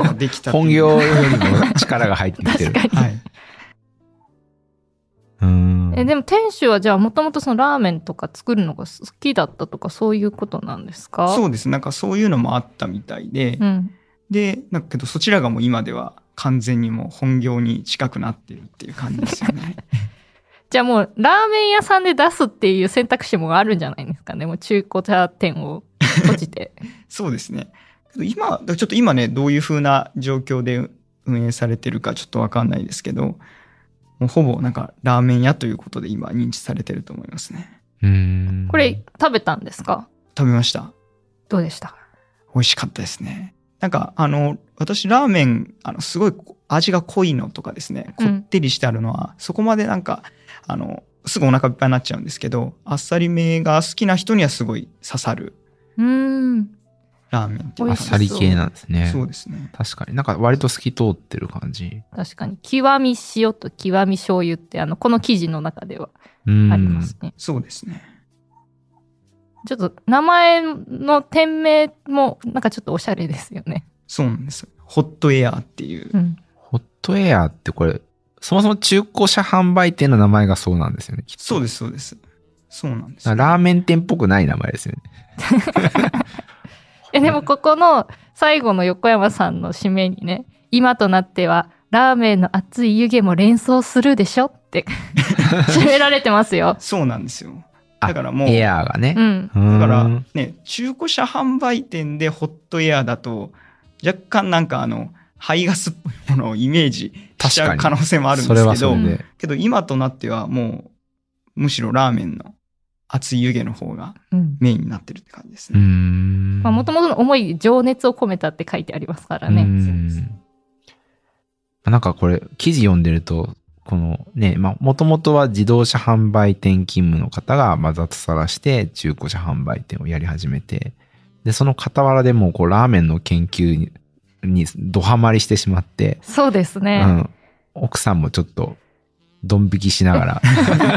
Speaker 1: お
Speaker 2: [LAUGHS]
Speaker 1: お
Speaker 3: できたっていう
Speaker 2: 本業よりも力が入ってき
Speaker 1: 確
Speaker 2: てる。
Speaker 1: かに。
Speaker 3: [LAUGHS] はい
Speaker 2: うん。
Speaker 1: えでも店主はじゃあもともとそのラーメンとか作るのが好きだったとかそういうことなんですか、
Speaker 3: そううですなんかそういうのもあったみたいで、
Speaker 1: ん、
Speaker 3: でなんかけどそちらがもう今では完全にもう本業に近くなってるっていう感じですよね
Speaker 1: じゃあもうラーメン屋さんで出すっていう選択肢もあるんじゃないですかねもう中古車店を閉じて
Speaker 3: そうですねけど今ちょっと今ねどういう風な状況で運営されてるかちょっとわかんないですけどもうほぼなんかラーメン屋ということで今認知されてると思いますね
Speaker 2: [LAUGHS] うん
Speaker 1: これ、食べたんですか
Speaker 3: 食べました
Speaker 1: どうでした
Speaker 3: 美味しかったですねなんかあの私ラーメンあのすごいこ味が濃いのとかですね
Speaker 1: う
Speaker 3: こ
Speaker 1: ん
Speaker 3: ってりしてあるのは、そこまでなんかあのすぐお腹いっぱいになっちゃうんですけどあっさりめが好きな人にはすごい刺さる
Speaker 1: うーん
Speaker 3: ラーメンっていう
Speaker 1: 美
Speaker 2: あっ
Speaker 1: 味し
Speaker 2: さり系なんですね。
Speaker 3: そうですね
Speaker 2: 確かに。なんか割と透き通ってる感じ。
Speaker 1: 確かに極み塩と極み醤油ってあのこの記事の中では
Speaker 2: うん。
Speaker 1: ありますね、
Speaker 3: そうですね
Speaker 1: ちょっと名前の店名もなんかちょっとおしゃれですよね、
Speaker 3: そうなんですホットエアーっていう
Speaker 1: うん、
Speaker 2: ホットエアーってこれ、そもそも中古車販売店の名前がそうなんですよね、きっと
Speaker 3: そうですそうですそうなんです
Speaker 2: だからラーメン店っぽくない名前ですよね。
Speaker 1: えでもここの最後の横山さんの締めにね「今となってはラーメンの熱い湯気も連想するでしょ」って [LAUGHS] 締められてますよ。
Speaker 3: そうなんですよ
Speaker 2: あ
Speaker 3: だからもう
Speaker 2: エアーが
Speaker 1: う
Speaker 2: ね。
Speaker 1: ん、
Speaker 2: だ
Speaker 3: だからね、中古車販売店でホットエアだと、若干なんかあの、排ガスっぽいものをイメージしちゃう
Speaker 2: 確
Speaker 3: 可
Speaker 2: かに
Speaker 3: 能性もあるん
Speaker 2: そ
Speaker 3: で
Speaker 2: れ
Speaker 3: す
Speaker 2: は
Speaker 3: け
Speaker 2: そ
Speaker 3: ど
Speaker 2: う、で。
Speaker 3: けど今となってはもう、むしろラーメンの熱い湯気の方が
Speaker 1: うん
Speaker 3: メインになってるって感じです
Speaker 2: うー
Speaker 3: ね。
Speaker 2: ん。
Speaker 1: まあ、もともとの思い情熱を込めたって書いてありますからね。
Speaker 2: うんなんかこれ、記事読んでると、このね、まあ、もともとは自動車販売店勤務の方が、まあ、雑さらして中古車販売店をやり始めて、で、その傍らでもう、こう、ラーメンの研究に、にドハマりしてしまって、
Speaker 1: そうです
Speaker 2: う
Speaker 1: ね、
Speaker 2: ん。奥さんもちょっと、ドン引きしながら、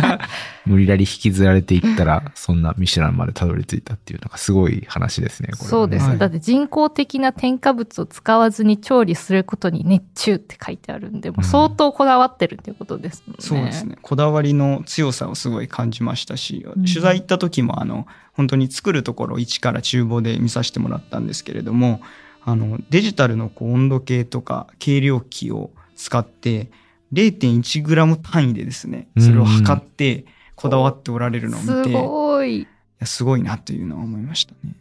Speaker 1: [LAUGHS]
Speaker 2: 無理やり引きずられていったら、そんなミシュランまでたどり着いたっていう、なんかすごい話ですね、これはね。
Speaker 1: そうです、
Speaker 3: はい
Speaker 1: だって人工的な添加物を使わずに調理することに熱中って書いてあるんでもう相当こだわってるっていうことですもんね。
Speaker 3: そうですね。こだわりの強さをすごい感じましたし、
Speaker 1: ん
Speaker 3: 取材行った時もあの、本当に作るところ一から厨房で見させてもらったんですけれども、あの、デジタルのこう温度計とか計量器を使って、0.1g 単位でですね、それを測って、こだわっておられるのを見
Speaker 1: す
Speaker 3: て、い
Speaker 1: ごい
Speaker 3: やすごいなというのは思いましたね。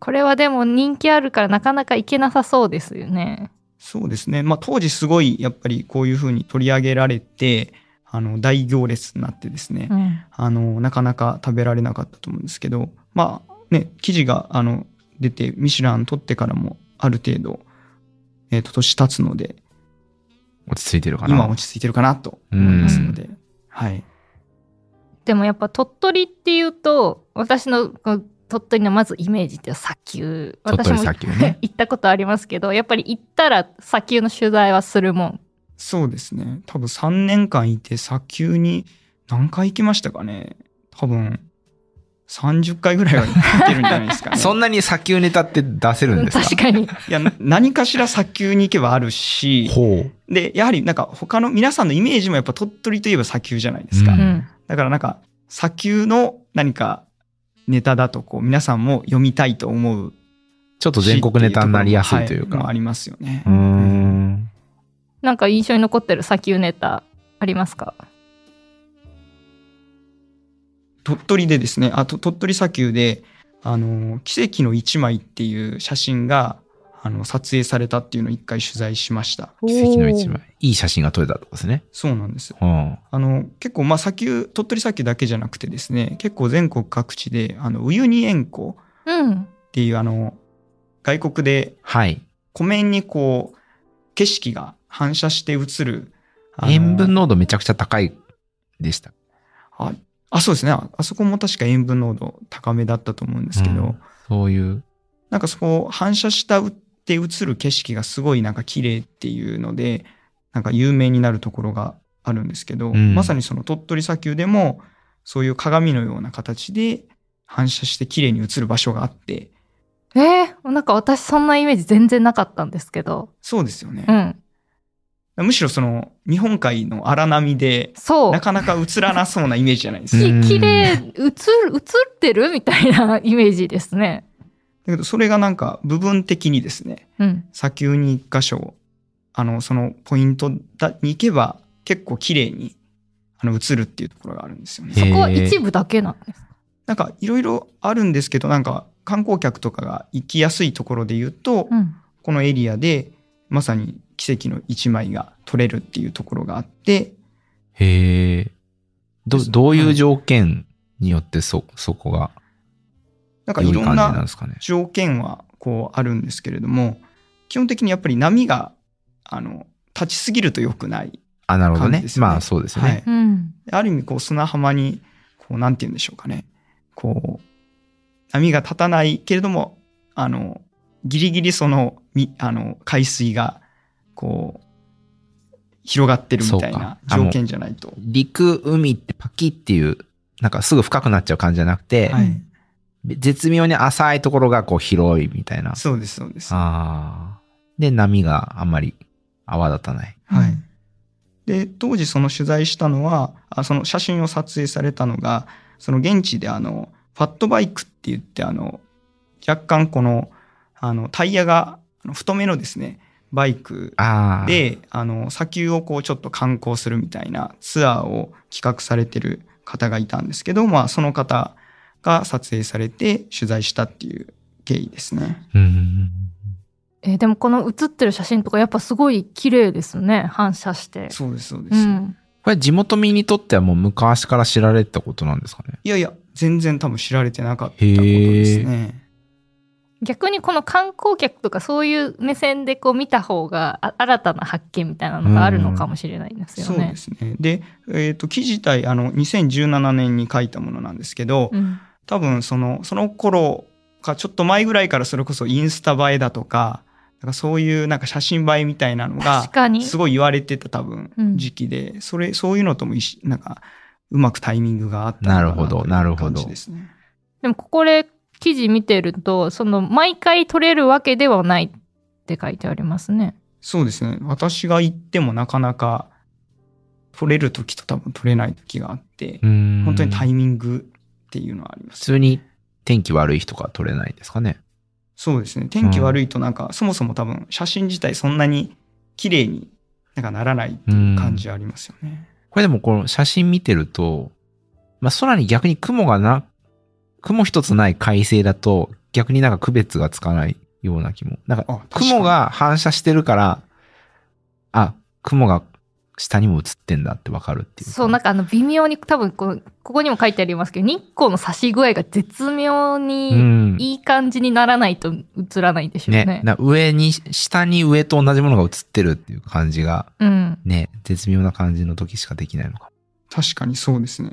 Speaker 1: これはでも人気あるからなかなか行けなさそうですよね。
Speaker 3: そうですね。まあ当時すごいやっぱりこういうふうに取り上げられて、あの大行列になってですね、
Speaker 1: うん
Speaker 3: あのなかなか食べられなかったと思うんですけどまあね記事があの出てミシュラン取ってからもある程度、えー、と年経つので
Speaker 2: 落ち着いてるかな。
Speaker 3: 今は落ち着いてるかなと思いますので、はい
Speaker 1: でもやっぱ鳥取っていうと私のこの鳥取のまずイメージって砂丘
Speaker 2: 鳥
Speaker 1: 私
Speaker 2: 取
Speaker 1: も。
Speaker 2: 砂丘ね
Speaker 1: [LAUGHS] 行ったことありますけどやっぱり行ったら砂丘の取材はするもん
Speaker 3: そうですね多分3年間いて砂丘に何回行きましたかね多分30回ぐらいは行ってるんじゃないです
Speaker 2: [LAUGHS]
Speaker 3: かね
Speaker 2: そんなに砂丘ネタって出せるんですか
Speaker 1: 確かに
Speaker 3: いやな何かしら砂丘に行けばあるし
Speaker 2: ほう。
Speaker 3: でやはりなんか他の皆さんのイメージもやっぱ鳥取といえば砂丘じゃないですか、
Speaker 2: [LAUGHS] う
Speaker 1: うんん
Speaker 3: だからなんか砂丘の何かネタだとこう皆さんも読みたいと思う
Speaker 2: ちょっと全国ネタになりやすいという
Speaker 3: はもあ
Speaker 2: か。
Speaker 3: りますよね、
Speaker 2: うーん。
Speaker 1: なんか印象に残ってる砂丘ネタありますか
Speaker 3: 鳥取でですねあと鳥取砂丘であの奇跡の一枚っていう写真があの撮影されたっていうのを一回取材しました
Speaker 2: 奇跡の一枚。いい写真が撮れたってことですね。
Speaker 3: そうなんです
Speaker 2: うん。
Speaker 3: あの結構まあ砂丘鳥取砂丘だけじゃなくてですね結構全国各地であのウユニ塩湖
Speaker 1: うん
Speaker 3: っていうあの外国で
Speaker 2: はい。
Speaker 3: 湖面にこう景色が反射して映るあの
Speaker 2: 塩分濃度めちゃくちゃ高いでした。
Speaker 3: ああそうですねああそこも確か塩分濃度高めだったと思うんですけど、
Speaker 2: うんそういう。
Speaker 3: なんかそこ反射したって映る景色がすごいなんか綺麗っていうのでなんか有名になるところがあるんですけど、
Speaker 2: うん
Speaker 3: まさにその鳥取砂丘でもそういう鏡のような形で反射して綺麗に映る場所があって
Speaker 1: えー、なんか私そんなイメージ全然なかったんですけど
Speaker 3: そうですよね、
Speaker 1: うん
Speaker 3: むしろその日本海の荒波で
Speaker 1: そう
Speaker 3: なかなか映らなそうなイメージじゃないですか
Speaker 2: うん
Speaker 1: き綺麗映る映ってるみたいな [LAUGHS] イメージですね
Speaker 3: だけどそれがなんか部分的にですね
Speaker 1: うん
Speaker 3: 砂丘に一箇所あのそのポイントだに行けば結構綺麗にあの映るっていうところがあるんですよ
Speaker 2: へ
Speaker 1: そ
Speaker 2: え
Speaker 3: ね。
Speaker 1: こは一部だけなんです
Speaker 3: なんかいろいろあるんですけどなんか観光客とかが行きやすいところで言うと、
Speaker 1: うん
Speaker 3: このエリアでまさに奇跡の一枚が撮れるっていうところがあって
Speaker 2: へえ。ど、どういう条件によってそ、そこが、
Speaker 3: な
Speaker 2: ど
Speaker 3: んか
Speaker 2: うい
Speaker 3: いうろ
Speaker 2: 感じ
Speaker 3: ん
Speaker 2: なん
Speaker 3: な
Speaker 2: ですかね。
Speaker 3: 条件はこうあるんですけれども基本的にやっぱり波があの立ちすぎると良くない
Speaker 2: あ、なるほど
Speaker 3: 感
Speaker 2: ね
Speaker 3: じで。すよね
Speaker 2: まあそうですよね。
Speaker 3: はい
Speaker 1: うん
Speaker 3: ある意味こう砂浜にこうなんて言うんでしょうかねこう波が立たないけれどもあのギリギリそのみあの海水がこう広がってるみたいな
Speaker 2: そうかあもう
Speaker 3: 条件じゃないと。
Speaker 2: 陸、海ってパキっていう、なんかすぐ深くなっちゃう感じじゃなくて、
Speaker 3: はい
Speaker 1: うん
Speaker 2: 絶妙に浅いところがこう広いみたいな。
Speaker 3: そうですそうです。は
Speaker 2: ああ。で、波があんまり泡立たない。
Speaker 3: い、で当時その取材したのはあその写真を撮影されたのがその現地であのファットバイクって言ってあの若干このあのタイヤがあの太めのですねバイク
Speaker 2: ああ。、
Speaker 3: であの砂丘をこうちょっと観光するみたいなツアーを企画されてる方がいたんですけど、まあ、その方が撮影されて取材したっていう経緯ですね。
Speaker 2: うん。
Speaker 1: えーでもこの写ってる写真とかやっぱすごい綺麗ですね反射して
Speaker 3: そうですそうで
Speaker 1: う
Speaker 3: す、
Speaker 1: ん
Speaker 2: これ地元民にとってはもう昔から知られてたことなんですかね。
Speaker 3: いやいや全然多分知られてなかったことですね。
Speaker 1: 逆にこの観光客とかそういう目線でこう見た方があ新たな発見みたいなのがあるのかもしれないですよ
Speaker 3: そう
Speaker 1: ね
Speaker 3: で。すねで、えー、と記事自体あの2017年に書いたものなんですけど、
Speaker 1: うん
Speaker 3: 多分そのその頃かちょっと前ぐらいからそれこそインスタ映えだとかなんかそういうなんか写真映えみたいなのが
Speaker 1: 確かに
Speaker 3: すごい言われてた多分
Speaker 1: うん
Speaker 3: 時期で、それそういうのともいしなんかうまくタイミングがあったのかという
Speaker 2: なるほど
Speaker 3: 感じですね
Speaker 1: でもここで記事見てるとその毎回撮れるわけではないって書いてありますね。
Speaker 3: そうですね私が行ってもなかなか取れる時と多分取れない時があって、
Speaker 2: うん
Speaker 3: 本当にタ
Speaker 2: 普
Speaker 3: イミングっていうのはあります
Speaker 2: 通に天気悪い日とかは取れないんですかね。
Speaker 3: そうですね天気悪いとなんか、そもそも多分写真自体そんなに綺麗になんかならない
Speaker 2: うん
Speaker 3: 感じありますよね。
Speaker 2: これでもこの写真見てると、まあ空に逆に雲がな、雲一つない快晴だと逆になんか区別がつかないような気も。なんか
Speaker 3: あ確かに
Speaker 2: 雲が反射してるから、あ、雲が下にも映ってんだってわかるっていうか。
Speaker 1: そう、なんかあの微妙に、多分この、ここにも書いてありますけど、日光の差し具合が絶妙
Speaker 2: う
Speaker 1: に、
Speaker 2: ん。
Speaker 1: いい感じにならないと映らないんでしょうね。
Speaker 2: ね、な上に、下に上と同じものが映ってるっていう感じが、
Speaker 1: うん。
Speaker 2: ね、絶妙な感じの時しかできないのかも。
Speaker 3: 確かにそうですね。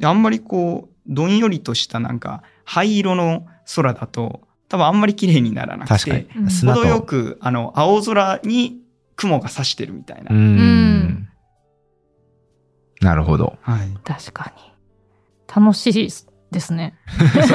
Speaker 3: であんまりこう、どんよりとしたなんか、灰色の空だと、多分あんまり綺麗にならなくて、
Speaker 2: 確かに
Speaker 1: うん。
Speaker 2: 砂と。
Speaker 3: 程よく、あの、青空に雲が差してるみたい
Speaker 2: う
Speaker 3: な。
Speaker 2: ん。
Speaker 1: ん
Speaker 2: なるほ
Speaker 1: [LAUGHS]
Speaker 2: ど。
Speaker 3: はい。
Speaker 1: 確かに。楽しいですね。
Speaker 3: そうです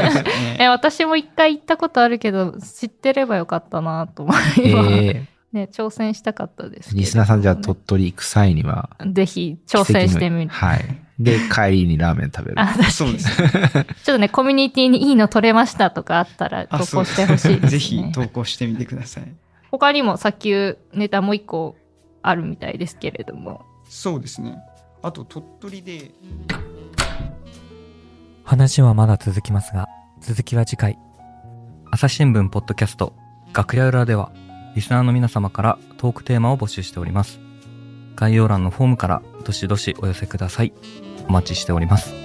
Speaker 1: え、 [LAUGHS]
Speaker 3: ね。
Speaker 1: 私も一回行ったことあるけど、知ってればよかったなと思
Speaker 2: え
Speaker 1: います。
Speaker 2: ー、
Speaker 1: ね、挑戦したかったですけど。
Speaker 2: リスナーさんじゃあ鳥取行く際には、
Speaker 1: ぜひ挑戦してみる。
Speaker 2: はい。で、帰りにラーメン食べる。
Speaker 1: あ、確かに
Speaker 3: そうですね。
Speaker 1: ちょっとね、コミュニティにいいの取れましたとかあったら投
Speaker 3: あそう
Speaker 1: 稿してほしいです、ね。
Speaker 3: [LAUGHS] ぜひ投稿してみてください。
Speaker 1: 他にも砂丘ネタもう一個あるみたいですけれども。
Speaker 3: そうですね。あと、鳥取で、
Speaker 4: 話はまだ続きますが、続きは次回。朝日新聞ポッドキャスト、楽屋裏では、リスナーの皆様からトークテーマを募集しております。概要欄のフォームから、どしどしお寄せください。お待ちしております。